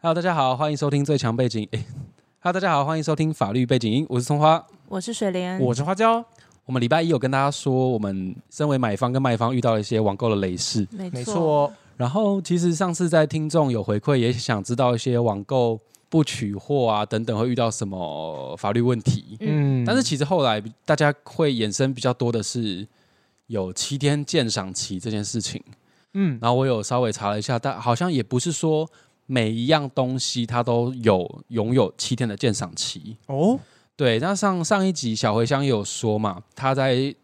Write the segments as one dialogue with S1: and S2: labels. S1: Hello，大家好，欢迎收听最强背景。诶 Hello，大家好，欢迎收听法律背景音，我是葱花，
S2: 我是水莲，
S1: 我是花椒。我们礼拜一有跟大家说，我们身为买方跟卖方遇到了一些网购的雷事。
S2: 没
S3: 没错，
S1: 然后其实上次在听众有回馈，也想知道一些网购不取货啊等等会遇到什么法律问题。
S3: 嗯，
S1: 但是其实后来大家会衍生比较多的是有七天鉴赏期这件事情。
S3: 嗯，
S1: 然后我有稍微查了一下，但好像也不是说每一样东西它都有拥有七天的鉴赏期。
S3: 哦，
S1: 对，那上上一集小茴香也有说嘛，他在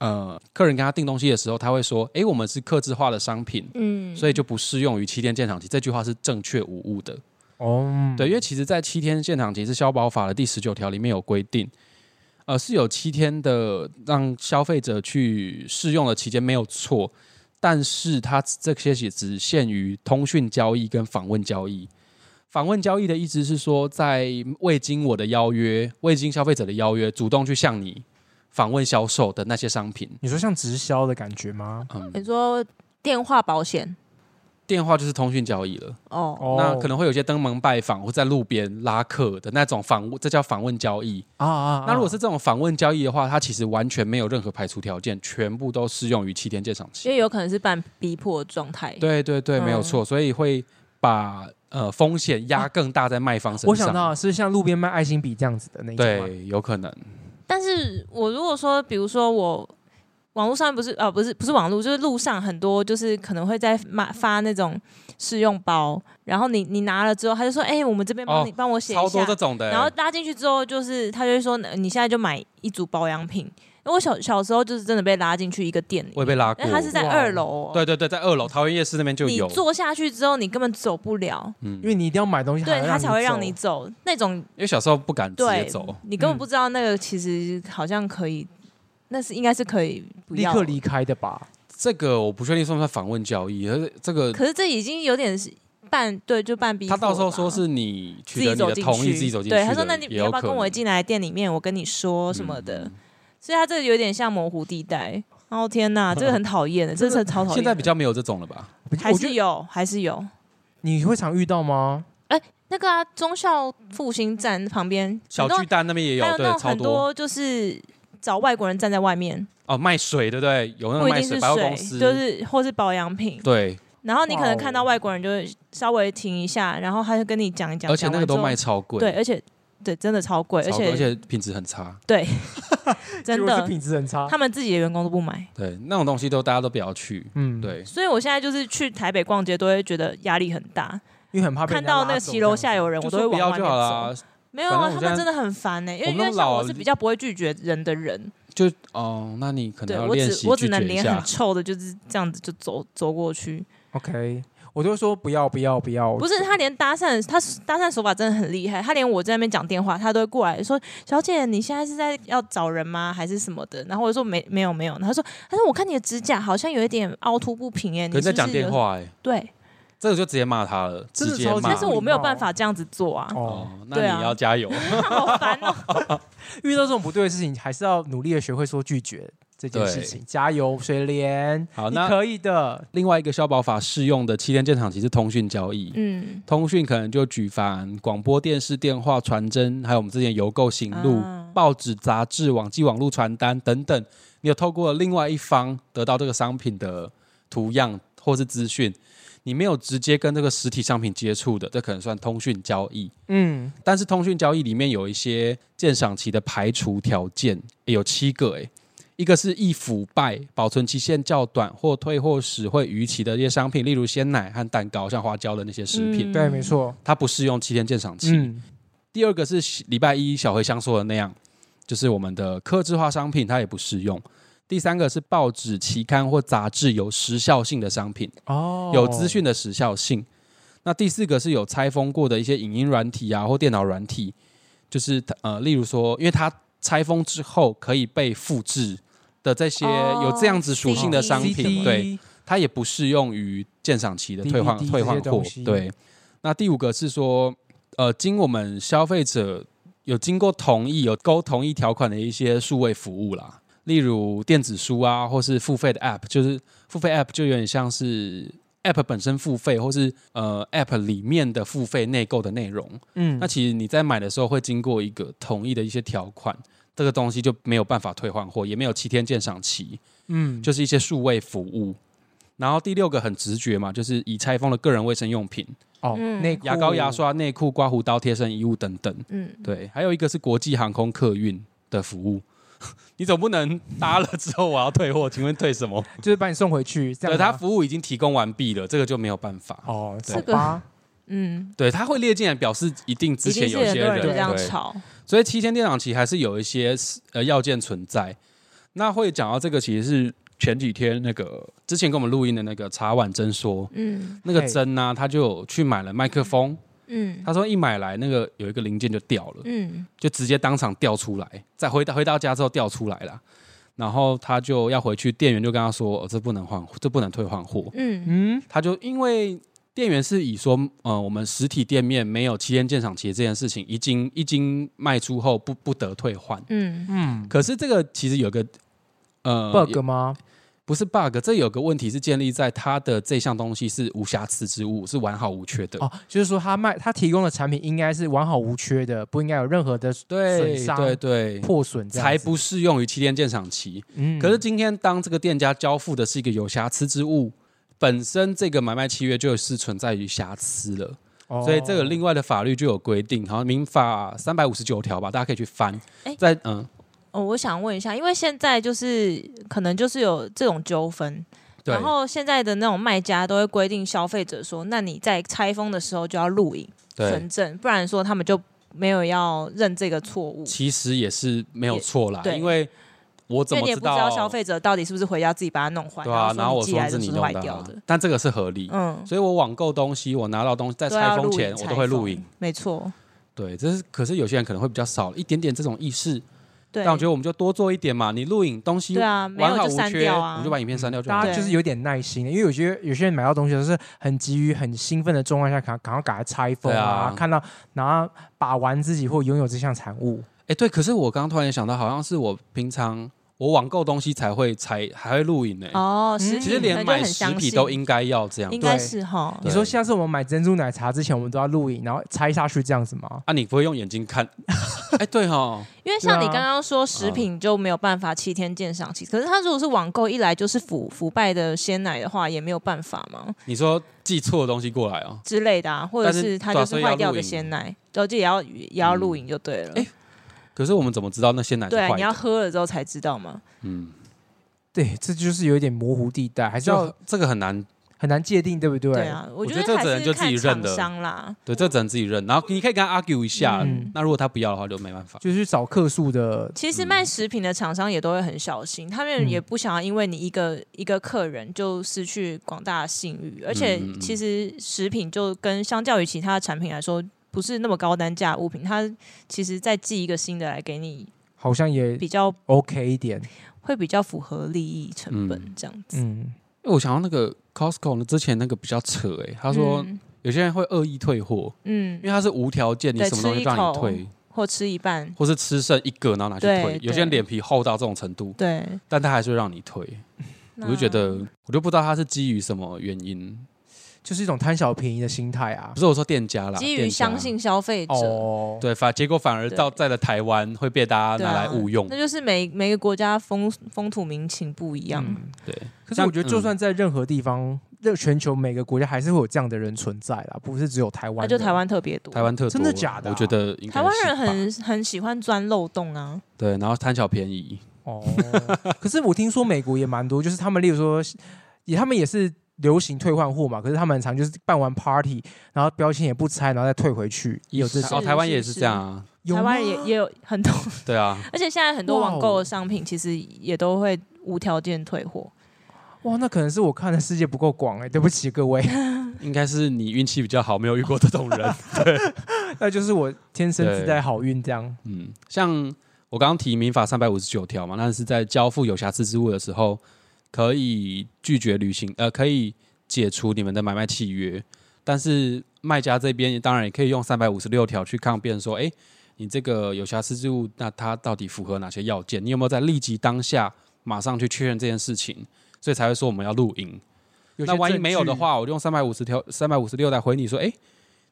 S1: 呃客人跟他订东西的时候，他会说：“诶，我们是客制化的商品，
S2: 嗯，
S1: 所以就不适用于七天鉴赏期。”这句话是正确无误的。
S3: 哦，
S1: 对，因为其实，在七天鉴赏期是消保法的第十九条里面有规定，呃，是有七天的让消费者去试用的期间没有错，但是它这些也只限于通讯交易跟访问交易。访问交易的意思是说，在未经我的邀约、未经消费者的邀约，主动去向你访问销售的那些商品，
S3: 你说像直销的感觉吗？
S1: 嗯，
S2: 你说电话保险
S1: 电话就是通讯交易了。
S2: 哦，
S3: 哦，
S1: 那可能会有一些登门拜访或在路边拉客的那种访问，这叫访问交易。
S3: 啊啊啊，
S1: 那如果是这种访问交易的话，它其实完全没有任何排除条件，全部都适用于七天鉴赏
S2: 因
S1: 期。
S2: 为有可能是半逼迫的状态，
S1: 对对对，
S2: 嗯
S1: 没有错，所以会把呃风险压更大在卖方身
S2: 哦
S1: 上。
S3: 我想到，是像路边卖爱心笔这样子的那一种吗，
S1: 对，有可能，
S2: 但是我如果说，比如说我网络上面不是啊、不是不是网络，就是路上很多就是可能会在发发那种试用包，然后你你拿了之后，他就说，哎、我们这边帮你帮、我写一
S1: 哦超多
S2: 下
S1: 这，种的、
S2: 然后拉进去之后，就是他就会说，呃你现在就买一组保养品。因为我小小时候就是真的被拉进去一个店里
S1: 我也，被拉过
S2: 但。他是在
S3: 哇
S2: 二楼、哦，
S1: 对对对，在二楼桃园夜市那边就
S2: 你
S1: 有。
S2: 坐下去之后，你根本走不了，
S1: 嗯，因
S3: 因
S1: 为
S3: 为你一定要买东西，
S2: 对他才会让
S3: 走
S2: 你走。那种
S1: 因为小时候不敢直接
S2: 对
S1: 走，，
S2: 你根本
S3: 嗯
S2: 不知道那个其实好像可以，那是应该是可以不
S3: 立
S2: 要
S3: 刻离。开的吧？
S1: 这个我不确定算不算访问交易，而是这个
S2: 可是这已经有点是半对，就半逼
S1: 他
S2: 迫吧。
S1: 到时候说是你
S2: 自
S1: 取得
S2: 己
S1: 你
S2: 走
S1: 的
S2: 进
S1: 同意
S2: 去，
S1: 自己走进去的，
S2: 对，他说那你你
S1: 也
S2: 要
S1: 有
S2: 不要
S1: 可
S2: 跟我
S1: 能
S2: 进来店里面，我跟你说什么的。
S1: 嗯
S2: 所以他这个有点像模糊地带。哦天哪，这个很讨厌的，这是超讨厌的。
S1: 现在比较没有这种了吧？
S3: 我觉
S2: 还
S3: 我觉
S2: 是
S3: 得
S2: 有，还是有。
S3: 你会常遇到吗？
S2: 那个啊，忠孝复兴站旁边
S1: 小
S2: 很多
S1: 巨蛋那边也有
S2: 还，有那
S1: 对，
S2: 种
S1: 超
S2: 很多就是找外国人站在外面，
S1: 哦，卖水对不对？有那
S2: 不
S1: 个
S2: 一
S1: 卖嗯
S2: 定
S1: 水
S2: 是
S1: 百货
S2: 水
S1: 公，司，
S2: 就是或是保养品。
S1: 对，
S2: 然后你可能
S3: 哇哦
S2: 看到外国人就会稍微停一下，然后他就跟你讲一讲，
S1: 而且那个
S2: 讲
S1: 都卖
S2: 完之
S1: 超贵，
S2: 后对，而且对真的超贵，
S1: 超
S2: 而
S1: 贵，
S2: 且
S1: 而且品质很差。
S2: 真
S3: 结果是
S2: 的
S3: 品质很差
S2: 他。们自己的员工都不买。
S1: 对，那种东西都大家都不要去。
S3: 嗯，，
S1: 对，
S2: 所以我现在就是去台北逛街，都会觉得压力很大。
S3: 因为很怕被
S2: 看
S3: 人家
S2: 到那
S3: 拉
S2: 个
S3: 走
S2: 骑楼
S3: 这样
S2: 下有人，我
S1: 就
S2: 都会
S1: 说不
S2: 往
S1: 要
S2: 外面
S1: 就好
S2: 走。
S1: 啦。
S2: 没有
S1: 反
S2: 啊，
S1: 正
S2: 他
S1: 我
S2: 们
S1: 现在
S2: 真的很烦欸呢，因为
S1: 我
S2: 因
S1: 们
S2: 为
S1: 都
S2: 像
S1: 老
S2: 我
S1: 了
S2: 是比较不会拒绝人的人，
S1: 就哦，那你可能
S2: 对
S1: 要
S2: 我
S1: 练
S2: 只
S1: 习
S2: 我只
S1: 拒
S2: 能
S1: 绝一
S2: 脸很
S1: 下。
S2: 臭的就是这样子就走走过去。
S3: 子。OK，我就会说不要不要不要，
S2: 不是他连搭讪，他搭讪手法真的很厉害。他连我在那边讲电话，他都会过来说：“小姐，你现在是在要找人吗？还是什么的？”然后我就说：“没，没有，没有。”他说：“他说我看你的指甲好像有一点凹凸不平欸耶，你
S1: 可
S2: 是
S1: 是在
S2: 不
S1: 讲
S2: 是
S1: 电
S2: 有？”
S1: 话哎，
S2: 对，
S1: 这个就直接骂他了，
S3: 真的
S1: 直接
S3: 超级
S1: 骂
S2: 但
S3: 但。
S2: 是
S3: 是
S2: 我
S3: 我
S2: 没
S3: 没
S2: 有
S3: 有
S2: 办
S3: 办
S2: 法
S3: 法
S2: 这样子做啊，
S3: 哦，
S1: 哦，那
S2: 对啊
S1: 你要加油。
S2: 好烦 哦。
S3: 遇到这种不对的事情，还是要努力的学会说拒绝这件事情。加油，水莲，
S1: 好，
S3: 你
S1: 那
S3: 可以的。
S1: 另外一个消保法适用的七天鉴赏期是通讯交易。
S2: 嗯，
S1: 通讯可能就举凡广播电视、电话、传真，还有我们之前邮购行路、
S2: 啊
S1: 报纸、杂志、网际网络传单等等，你有透过另外一方得到这个商品的图样或是资讯，你没有直接跟这个实体商品接触的，这可能算通讯交易。
S3: 嗯，
S1: 但是通讯交易里面有一些鉴赏期的排除条件，诶有七个诶、哎一个是易腐败、保存期限较短或退货时会逾期的一些商品，例如鲜奶和蛋糕，像花椒的那些食品。
S2: 嗯
S3: 对，没错。
S1: 它不适用七天鉴赏期。
S3: 嗯，
S1: 第二个是礼拜一小茴香说的那样，就是我们的客制化商品它也不适用。第三个是报纸、期刊或杂志有时效性的商品，
S3: 哦，
S1: 有资讯的时效性。那第四个是有拆封过的一些影音软体啊或电脑软体，就是它呃，例如说，因为它拆封之后可以被复制的这些
S2: 哦
S1: 有这样子属性的
S3: 哦
S1: 商品，
S3: CD
S1: 对，它也不适用于鉴赏期的
S3: DVD
S1: 退换退换
S3: 这些
S1: 货
S3: 东。西
S1: 对，那第五个是说，呃，经我们消费者有经过同意、有勾同意条款的一些数位服务啦，例如电子书啊，或是付费的 App，就是付费 App 就有点像是 App 本身付费，或是呃 App 里面的付费内购的内容。
S3: 嗯
S1: 那其实你在买的时候会经过一个统一的一些条款，这个东西就没有办法退换货，也没有七天鉴赏期，
S3: 嗯
S1: 就是一些数位服务。然后第六个很直觉嘛，就是已拆封的个人卫生用品，
S3: 哦，
S2: 嗯
S3: 内裤
S1: 牙膏、牙，刷、内裤、刮胡刀、贴身衣物等等。
S2: 嗯，
S1: 对，还有一个是国际航空客运的服务。 你总不能搭了之后我要退货，请问退什 么？
S3: 就是把你送回去，这
S1: 对，
S3: 样
S1: 它
S3: 吗
S1: 服务已经提供完毕了，这个就没有办法。
S3: 哦，
S1: 这
S3: 好
S2: 个
S3: 吧
S2: 嗯，
S1: 对，它会列进来，表示一定之
S2: 一定
S1: 前
S2: 是
S1: 有
S2: 很
S1: 些
S2: 多人就
S1: 对
S2: 这样吵，
S1: 所以七天电档期还是有一些呃要件存在。那会讲到这个，其实是前几天那个之前跟我们录音的那个茶碗真说，
S2: 嗯
S1: 那个
S3: 嘿
S1: 真呢、他就有去买了麦克风，
S2: 嗯
S1: 他说一买来那个有一个零件就掉了，
S2: 嗯
S1: 就直接当场掉出来，再回到回到家之后掉出来了。然后他就要回去，店员就跟他说：“哦，这不能换，这不能退换货。
S2: 嗯
S3: 嗯”
S1: 他就因为店员是以说，呃，我们实体店面没有七天鉴赏期这件事情，一经一经卖出后不不得退换，
S2: 嗯
S3: 嗯
S1: 可是这个其实有个呃
S3: 哦，bug
S1: 也
S3: 吗？
S1: 不是 bug，这有个问题是建立在它的这项东西是无瑕疵之物，是完好无缺的。
S3: 哦，就是说他卖他提供的产品应该是完好无缺的，不应该有任何的损
S1: 对
S3: 伤
S1: 对对，
S3: 破损这样
S1: 才
S3: 子。
S1: 不适用于七天鉴赏期。
S3: 嗯
S1: 可是今天当这个店家交付的是一个有瑕疵之物。本身这个买卖契约就是存在于瑕疵了，
S3: 哦
S1: 所以这个另外的法律就有规定，好像民法三百五十九条吧，大家可以去翻
S2: 哎。
S1: 在嗯，
S2: 哦，我想问一下，因为现在就是可能就是有这种纠纷，
S1: 对
S2: 然后现在的那种卖家都会规定消费者说，那你在拆封的时候就要录影
S1: 对
S2: 存，证，不然说他们就没有要认这个错误，
S1: 其实也是没有
S2: 也
S1: 错啦，
S2: 对
S1: 因为我怎
S2: 因为
S1: 么
S2: 你也不知道消费者到底是不是回家自己把它弄坏，
S1: 对啊，然后
S2: 后
S1: 我
S2: 寄
S1: 说
S2: 来
S1: 是
S2: 就
S1: 你
S2: 是
S1: 弄
S2: 坏
S1: 的
S2: 掉
S1: 啊
S2: 的，，
S1: 但这个是合理。
S2: 嗯，啊
S1: 所以我网购东西，我拿到东西在拆封前，我都会录影
S2: 影。，没错，
S1: 对，这是可是有些人可能会比较少一点点这种意识，
S2: 对，
S1: 但我觉得我们就多做一点嘛。你录影东西
S2: 对啊，没
S1: 完
S2: 有
S1: 好
S2: 就
S1: 无
S2: 删
S1: 缺，
S2: 掉
S1: 我
S2: 啊
S1: 们就，把影片删掉就好
S3: 大
S1: 了
S3: 家。就是有点耐心的，因为有些有些人买到东西都是很急于、很兴奋的状态下，赶赶快赶快拆封
S1: 对
S3: 啊，
S1: 啊
S3: 看到然后把玩自己或拥有这项产物。
S1: 哎，对，可是我刚刚突然想到，好像是我平常我网购东西才会才还会录影呢。欸
S2: 哦，实
S3: 嗯
S1: 其
S2: 体
S1: 实
S2: 可
S1: 连
S2: 能就
S1: 买
S2: 很
S1: 实
S2: 相
S1: 体
S2: 信
S1: 都应该要这样
S2: 应。
S3: 对
S2: 该是哈，
S1: 对
S3: 你说下次我们买珍珠奶茶之前，我们都要录影，然后拆下去这样子吗？
S1: 啊，你不会用眼睛 看？哎，对哈，
S2: 因为像你
S3: 对啊
S2: 刚刚说食品就没有办法七天鉴赏期，可是他如果是网购一来就是腐腐败的鲜奶的话，也没有办法嘛
S1: 你说寄错的东西过来哦。
S2: 之类的啊，或者是他就是坏掉的鲜奶，然后就也要也要录影就对了。
S1: 哎可是我们怎么知道那些奶是
S2: 对
S1: 坏
S2: 啊，你要
S1: 的？
S2: 喝了之后才知道嘛。
S1: 嗯，
S3: 对，这就是有一点模糊地带，还是要
S1: 就这个很难
S3: 很难界定，对不对？
S2: 对啊，我
S1: 觉
S2: 觉
S1: 得
S2: 得
S1: 这只能
S2: 还
S1: 就是自己
S2: 看
S1: 认
S2: 厂
S1: 的
S2: 商啦。
S1: 对，这只能自己认。然后你可以跟他 argue 一下，
S3: 嗯
S1: 那如果他不要的话，就没办法。
S3: 就去找客诉的，
S2: 其
S1: 嗯
S2: 实卖食品的厂商也都会很小心，他
S3: 嗯
S2: 们也不想要因为你一个、一个客人就失去广大的信誉，而且
S1: 嗯嗯嗯
S2: 其实食品就跟相较于其他的产品来说，不是那么高单价的物品，它其实再寄一个新的来给你，
S3: 好像也
S2: 比较
S3: OK 一点。
S2: 会比较符合利益成
S1: 嗯
S2: 本这样子。
S3: 嗯，
S1: 因哎为我想到那个 Costco 呢，之前那个比较扯哎、他
S2: 他
S1: 说有些人会恶意退货，
S2: 嗯
S1: 因为，他是无条件，你
S2: 对
S1: 什么东
S2: 吃
S1: 西
S2: 一
S1: 都让你
S2: 口
S1: 退，
S2: 或吃一半，
S1: 或是吃剩一个然后拿去
S2: 对
S1: 退。有些人
S2: 对
S1: 脸皮厚到这种程度，
S2: 对，
S1: 但他还是会让你退。我就觉
S2: 那
S1: 得，我就不知道他是基于什么原因，
S3: 就是一种贪小便宜的心态啊
S1: 不。是我说店家啦，
S2: 基于
S1: 店家
S2: 相信消费者。
S3: 哦，
S1: 对，反结果反而
S2: 对
S1: 到在了台湾会被大家
S2: 对
S1: 拿
S2: 啊
S1: 来误用
S2: 那。就是每每个国家风风土民情不一样。
S3: 嗯
S1: 对，
S3: 可是
S1: 像嗯
S3: 我觉得，就算在任何地方，任、全球每个国家还是会有这样的人存在啦，不是只有台湾
S2: 那
S3: 人。
S2: 就台湾特别多，
S1: 台湾特
S3: 真
S1: 多
S3: 的假的
S1: 我
S3: 啊
S1: 觉得应该
S2: 台湾
S1: 是
S2: 人
S1: 吧
S2: 很很喜欢钻漏洞啊，
S1: 对，然后贪小便宜。
S3: 哦。可是我听说美国也蛮多，就是他们，例如说，也他们也是流行退换货嘛。可是他们很常就是办完 party，然后标签也不拆，然后再退回去，也有这
S1: 哦，
S3: 种。
S2: 是
S1: 台湾
S2: 是
S1: 也是
S2: 是
S1: 这样啊，
S3: 有
S2: 台
S3: 吗
S2: 湾人也也有很多，
S1: 对啊，
S2: 而且现在很多
S3: 哇哦
S2: 网购的商品其实也都会无条件退货。
S3: 哇，那可能是我看的世界不够广哎、对不起各 位，
S1: 应该是你运气比较好，没有遇过这种人。
S3: 那就是我天生自带好运这样。
S1: 嗯，像我刚刚提民法三百五十九条嘛，那是在交付有瑕疵之物的时候，可以拒绝履行，呃，可以解除你们的买卖契约。但是卖家这边当然也可以用三百五十六条去抗辩说，哎，你这个有瑕疵之物，那它到底符合哪些要件？你有没有在立即当下马上去确认这件事情？所以才会说我们要录影。
S3: 有些
S1: 那万一没有的
S3: 证据，
S1: 话，我就用三百五十条、三百五十六来回你说，哎、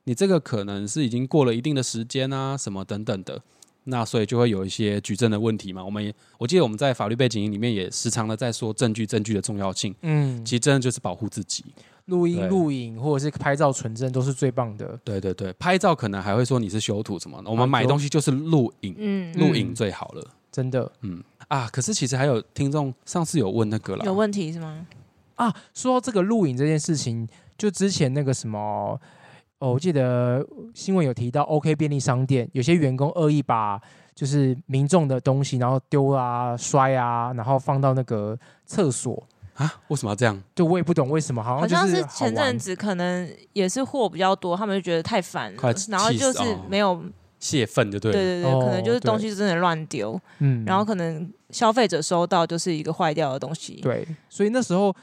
S1: 你这个可能是已经过了一定的时间啊，什么等等的。那所以就会有一些举证的问题嘛。我们也，我记得我们在法律背景里面也时常的在说证据、证据的重要性。
S3: 嗯
S1: 其，实真的就是保护自己。
S3: 录音、
S1: 对
S3: 录影或者是拍照存证都是最棒的。
S1: 对对对，拍照可能还会说你是修图什么的，我们买
S3: 就
S1: 东西就是录影，
S2: 嗯，
S1: 录
S3: 嗯
S1: 影最好了。
S3: 真的
S1: 嗯啊，可是其实还有听众上次有问那个啦，
S2: 有问题是吗？
S3: 啊！说到这个录影这件事情，就之前那个什么，哦，我记得新闻有提到，OK 便利商店有些员工恶意把就是民众的东西，然后丢啊、摔啊，然后放到那个厕所。
S1: 啊，为什么要这样？
S3: 就我也不懂为什么，好
S2: 好
S3: 像就
S2: 像是
S3: 好
S2: 前阵
S3: 玩
S2: 子可能也是货比较多，他们就觉得太烦
S1: 快
S2: 了，然后
S1: 气死
S2: 就是
S1: 哦
S2: 没有，
S1: 泄愤就对
S2: 对
S1: 了。
S2: 对对，
S3: 哦
S2: 可能就是
S3: 啊对
S2: 东西真的乱丢，
S3: 嗯
S2: 然后可能消费者收到就是一个坏掉的东西。
S3: 对，所以那时候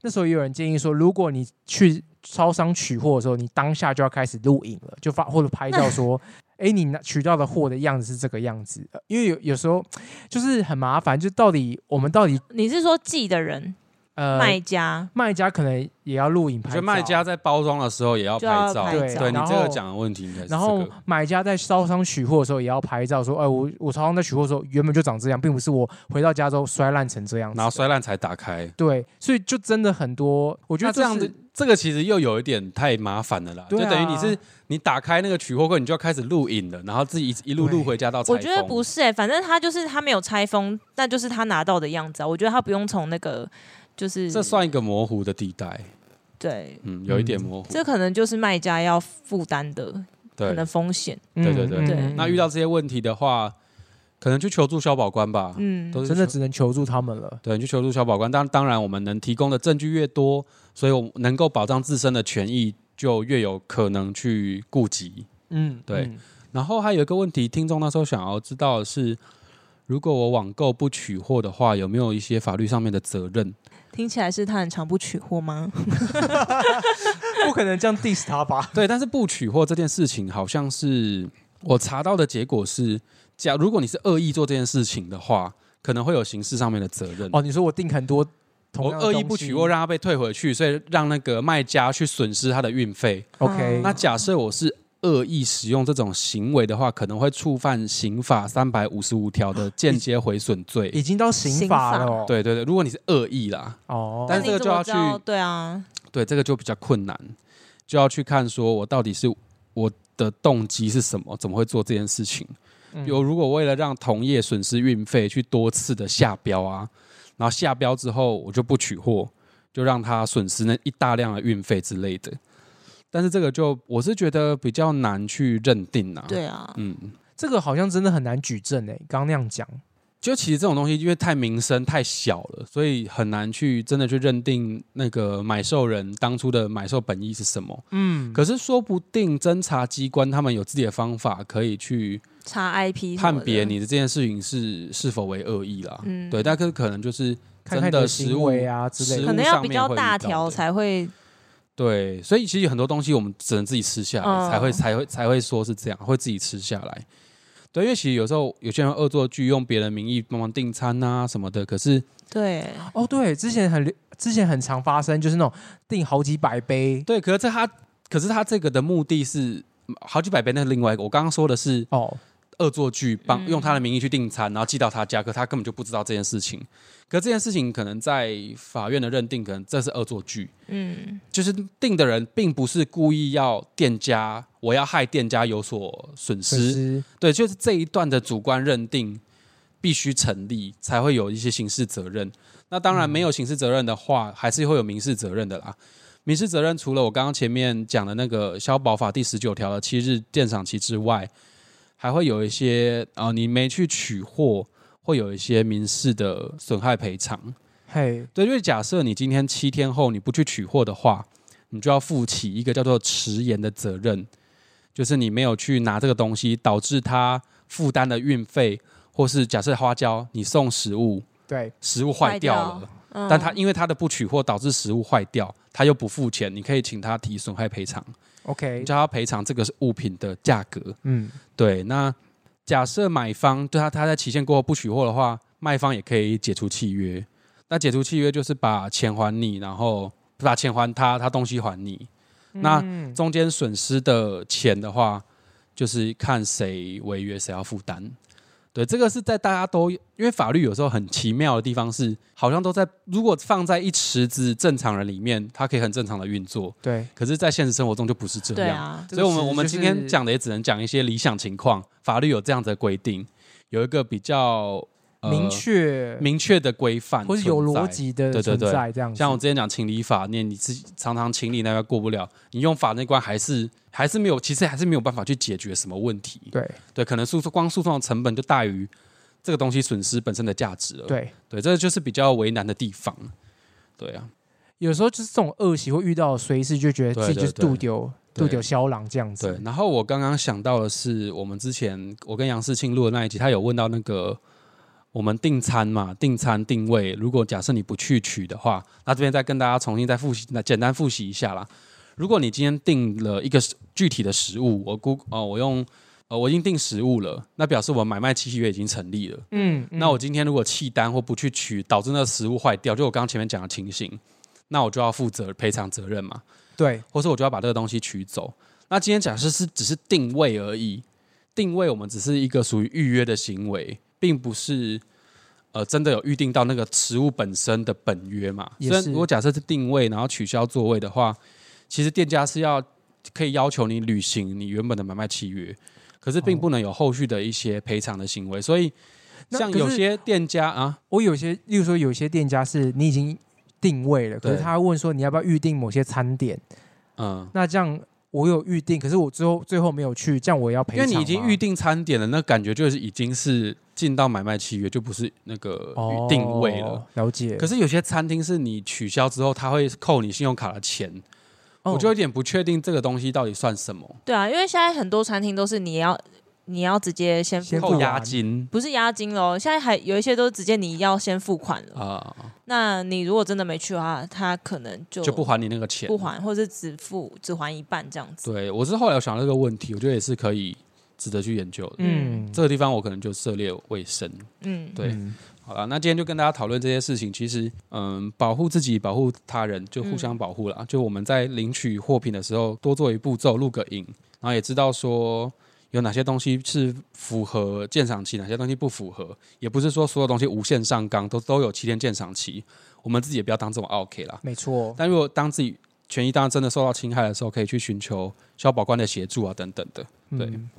S3: 那时候也有人建议说，如果你去超商取货的时候，你当下就要开始录影了，就发或者拍照说，哎、你拿取到的货的样子是这个样子，呃因为有有时候就是很麻烦，就到底我们到底
S2: 你是说寄的人、
S3: 呃
S2: 卖家？
S3: 卖家可能也要录影
S1: 我
S3: 拍
S1: 觉
S3: 照，
S1: 得卖家在包装的时候也要
S2: 就
S1: 拍
S2: 要
S1: 照，
S2: 拍
S3: 照
S1: 对你
S3: 然
S1: 这个
S3: 后
S1: 讲的问题应该是这
S3: 然后
S1: 个。
S3: 买家在超商取货的时候也要拍照，说：“哎、我我超商在取货的时候原本就长这样，并不是我回到家之后摔烂成这样子的。”
S1: 然后摔烂才打开。
S3: 对，所以就真的很多，我
S1: 我
S3: 觉得
S1: 这样
S3: 就是
S1: 子，这个其实又有一点太麻烦了啦，就
S3: 对啊
S1: 等于你是你打开那个取货柜，你就要开始录影了，然后自己一一路录
S3: 对
S1: 回家到拆
S2: 我觉得
S1: 封
S2: 不是哎、反正他就是他没有拆封，那就是他拿到的样子啊。我觉得他不用从那个就是
S1: 这算一个模糊的地带，
S2: 对，
S1: 嗯，有一点
S3: 嗯
S1: 模糊。
S2: 这可能就是卖家要负担的可能
S1: 对，
S2: 风险。
S3: 嗯
S1: 对对对
S2: 对
S1: 那遇到这些问题的话，可能去求助消保官吧，
S2: 嗯，
S1: 都是
S3: 真的
S1: 求
S3: 只能求助他们了。
S1: 对，你去求助消保官。当当然，我们能提供的证据越多，所以我们能够保障自身的权益，就越有可能去顾及。
S3: 嗯，
S1: 对
S3: 嗯
S1: 然后还有一个问题，听众那时候想要知道的是，如果我网购不取货的话，有没有一些法律上面的责任？
S2: 听起来是他很常不取货吗？
S3: 不可能这样 diss 他吧？
S1: 对，但是不取货这件事情，好像是我查到的结果是，假如果你是恶意做这件事情的话，可能会有刑事上面的责任。
S3: 哦，你说我订很多同
S1: 我
S3: 样的
S1: 恶意
S3: 东
S1: 不
S3: 西
S1: 取货，让它被退回去，所以让那个卖家去损失他的运费。
S3: ，OK，
S1: 那假设我是恶意使用这种行为的话，可能会触犯刑法三百五十五条的间接毁损罪。
S3: 已经到刑法了哦。
S1: 对对对，如果你是恶意啦，
S3: 哦，
S1: 但
S2: 那
S1: 是这
S2: 你
S1: 个
S2: 怎
S1: 就
S2: 么
S1: 要
S2: 知道
S1: 去
S2: 对啊，
S1: 对这个就比较困难，就要去看说我到底是我的动机是什么，怎么会做这件事情。
S3: 嗯
S1: 有如果为了让同业损失运费，去多次的下标啊，然后下标之后我就不取货，就让他损失那一大量的运费之类的。但是这个就我是觉得比较难去认定啊。，
S2: 对啊，
S1: 嗯，
S3: 这个好像真的很难举证诶。刚刚那样讲，
S1: 就其实这种东西因为太名声太小了，所以很难去真的去认定那个买受人当初的买受本意是什么。
S3: 嗯，
S1: 可是说不定侦查机关他们有自己的方法可以去
S2: 查 IP 什么的
S1: 判别你的这件事情是是否为恶意啦。
S2: 嗯
S1: 对，但可可能就是
S3: 看看
S1: 真
S3: 你
S1: 的食
S3: 行
S1: 物
S3: 为啊之类
S1: 食
S3: 的，
S1: 物
S2: 可能要
S1: 上
S2: 比
S1: 面
S2: 较
S1: 会遇到
S2: 大
S1: 的
S2: 条才会
S1: 对，所以其实很多东西我们只能自己吃下来，
S2: 嗯
S1: 才会才会才会说是这样，会自己吃下来。对，因为其实有时候有些人恶作剧，用别人名义帮忙订餐啊什么的，可是
S2: 对
S1: 啊
S3: 哦，对，之前很流之前很常发生，就是那种订好几百杯
S1: 对，可是这他可是他这个的目的是嗯好几百倍，那是另外一个。我刚刚说的是
S3: 哦，
S1: 恶作剧，帮
S2: 嗯
S1: 用他的名义去订餐，然后寄到他家，可他根本就不知道这件事情。可这件事情可能在法院的认定，可能这是恶作剧。
S2: 嗯
S1: 就是订的人并不是故意要店家，我要害店家有所损
S3: 损
S1: 失，
S3: 失
S1: 对，就是这一段的主观认定必须成立，才会有一些刑事责任。那当然，没有刑事责任的话，还是会有民事责任的啦。民事责任除了我刚刚前面讲的那个消保法第十九条的七日鉴赏期之外，还会有一些啊、呃你没去取货，会有一些民事的损害赔偿。
S3: 嘿，
S1: 对，因为假设你今天七天后你不去取货的话，你就要负起一个叫做迟延的责任，就是你没有去拿这个东西，导致他负担的运费，或是假设花椒你送食物，
S3: 对，
S1: 食物坏掉了，
S2: 坏掉嗯，
S1: 但他因为他的不取货导致食物坏掉，他又不付钱，你可以请他提损害赔偿，
S3: ，OK，
S1: 你叫他赔偿这个是物品的价格。
S3: 嗯，
S1: 对，那假设买方对他他在期限过后不取货的话，卖方也可以解除契约。那解除契约就是把钱还你，然后把钱还他，他东西还你。那
S3: 嗯
S1: 中间损失的钱的话，就是看谁违约谁要负担。对，这个是在大家都因为法律有时候很奇妙的地方是，好像都在如果放在一池子正常人里面，它可以很正常的运作，
S3: 对，
S1: 可是，在现实生活中就不是这
S2: 对
S1: 样。
S2: 啊，
S1: 所以，我们我们今天
S3: 讲。
S1: 讲的也只能讲一些理想情况，法律有这样子的规定，有一个比较、呃
S3: 明确，
S1: 明确的规范，
S3: 或是有逻。辑的
S1: 对对
S3: 存
S1: 对
S3: 在这样子。
S1: 像我之前讲情理法，你你自己常常情理那边过不了，你用法那关还是还是没有，其实还是没有办法去解决什么问题。
S3: 对
S1: 对，可能诉讼光诉讼的成本就大于这个东西损失本身的价值了。
S3: 对，
S1: 对，这就是比较为难的地方。对啊，
S3: 有时候就是这种恶习会遇到，随时就觉得自
S1: 对
S3: 己就是
S1: 对对
S3: 渡丢
S1: 对
S3: 渡丢肖郎这样子。
S1: 对。然后我刚刚想到的是，我们之前我跟杨世庆录的那一集，他有问到那个我们订餐嘛，订餐定位，如果假设你不去取的话，那这边再跟大家重新再复习，那简单复习一下啦。如果你今天订了一个具体的食物，我估哦，我用呃我已经订食物了，那表示我买卖契约已经成立了。
S3: 嗯，嗯
S1: 那我今天如果弃单或不去取，导致那个食物坏掉，就我刚刚前面讲的情形，那我就要负责赔偿责任嘛。
S3: 对
S1: 或是我就要把这个东西取走。那今天假设是只是定位而已，定位我们只是一个属于预约的行为，并不是呃真的有预定到那个食物本身的本约嘛。
S3: 也
S1: 虽然
S3: 是
S1: 如果假设是定位，然后取消座位的话，其实店家是要可以要求你履行你原本的买卖契约，可是并
S3: 哦
S1: 不能有后续的一些赔偿的行为。所以
S3: 那
S1: 像
S3: 可
S1: 有
S3: 是
S1: 些店家啊，
S3: 我有些，例如说有些店家是你已经定位了，可是
S1: 对
S3: 他问说你要不要预定某些餐点，
S1: 嗯。
S3: 那这样我有预定，可是我最后最后没有去，这样我也要赔
S1: 因
S3: 偿
S1: 为
S3: 吗。
S1: 你已经预定餐点了，那感觉就是已经是进到买卖契约，就不是那个
S3: 哦
S1: 定位了。，
S3: 了解。
S1: 可是有些餐厅是你取消之后，他会扣你信用卡的钱，
S3: 哦
S1: 我就有点不确定这个东西到底算什么，
S2: 对啊，因为现在很多餐厅都是你要你要直接先付
S3: 先付
S1: 扣
S2: 款
S1: 押金
S2: 不是押金喽，现在还有一些都直接你要先付款
S3: 嗯
S2: 了。
S1: 啊、
S2: 那你如果真的没去的话，他可能就
S1: 就不还你那个钱。
S2: 不还，或者是只付只还一半这样子。
S1: 对我是后来有想到这个问题，我觉得也是可以值得去研究的。
S3: 嗯，
S1: 这个地方我可能就涉猎卫生。
S2: 嗯，
S1: 对
S3: 嗯
S1: 好了，那今天就跟大家讨论这些事情。其实，嗯，保护自己，保护他人，就互相保护啦。就我们在领取货品的时候，多做一步骤，录个影，然后也知道说有哪些东西是符合鉴赏期，哪些东西不符合。也不是说所有东西无限上纲，都都有七天鉴赏期。我们自己也不要当这种 OK 啦。
S3: 没错。
S1: 但如果当自己权益当真的受到侵害的时候，可以去寻求消保官的协助啊，等等的。对
S3: 嗯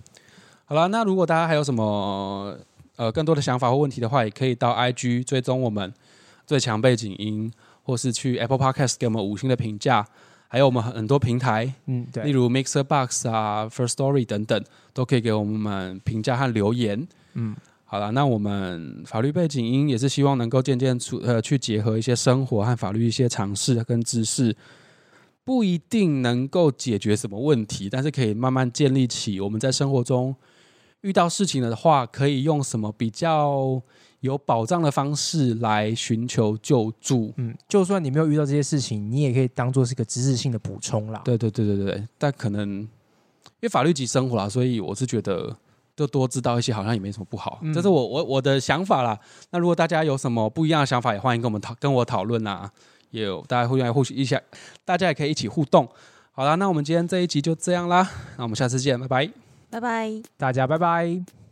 S1: 好了，那如果大家还有什么呃更多的想法或问题的话，也可以到 IG 追踪我们最强背景音，或是去 Apple Podcast 给我们五星的评价，还有我们很多平台，
S3: 嗯，
S1: 例
S3: 对，
S1: 如 Mixer Box 啊、First Story 等等，都可以给我们评价和留言。
S3: 嗯，
S1: 好了，那我们法律背景音也是希望能够渐渐出呃去结合一些生活和法律一些常识跟知识，不一定能够解决什么问题，但是可以慢慢建立起我们在生活中遇到事情的话，可以用什么比较有保障的方式来寻求救助。
S3: 嗯，就算你没有遇到这些事情，你也可以当做是个知识性的补充啦。
S1: 对对对对对，但可能因为法律及生活啦，所以我是觉得就多知道一些，好像也没什么不好。
S3: 嗯
S1: 这是我我我的想法啦。那如果大家有什么不一样的想法，也欢迎跟我们讨跟我讨论啦。也有大家互相互一下，大家也可以一起互动。好啦，那我们今天这一集就这样啦，那我们下次见，拜拜。
S2: 拜拜。
S3: 大家拜拜。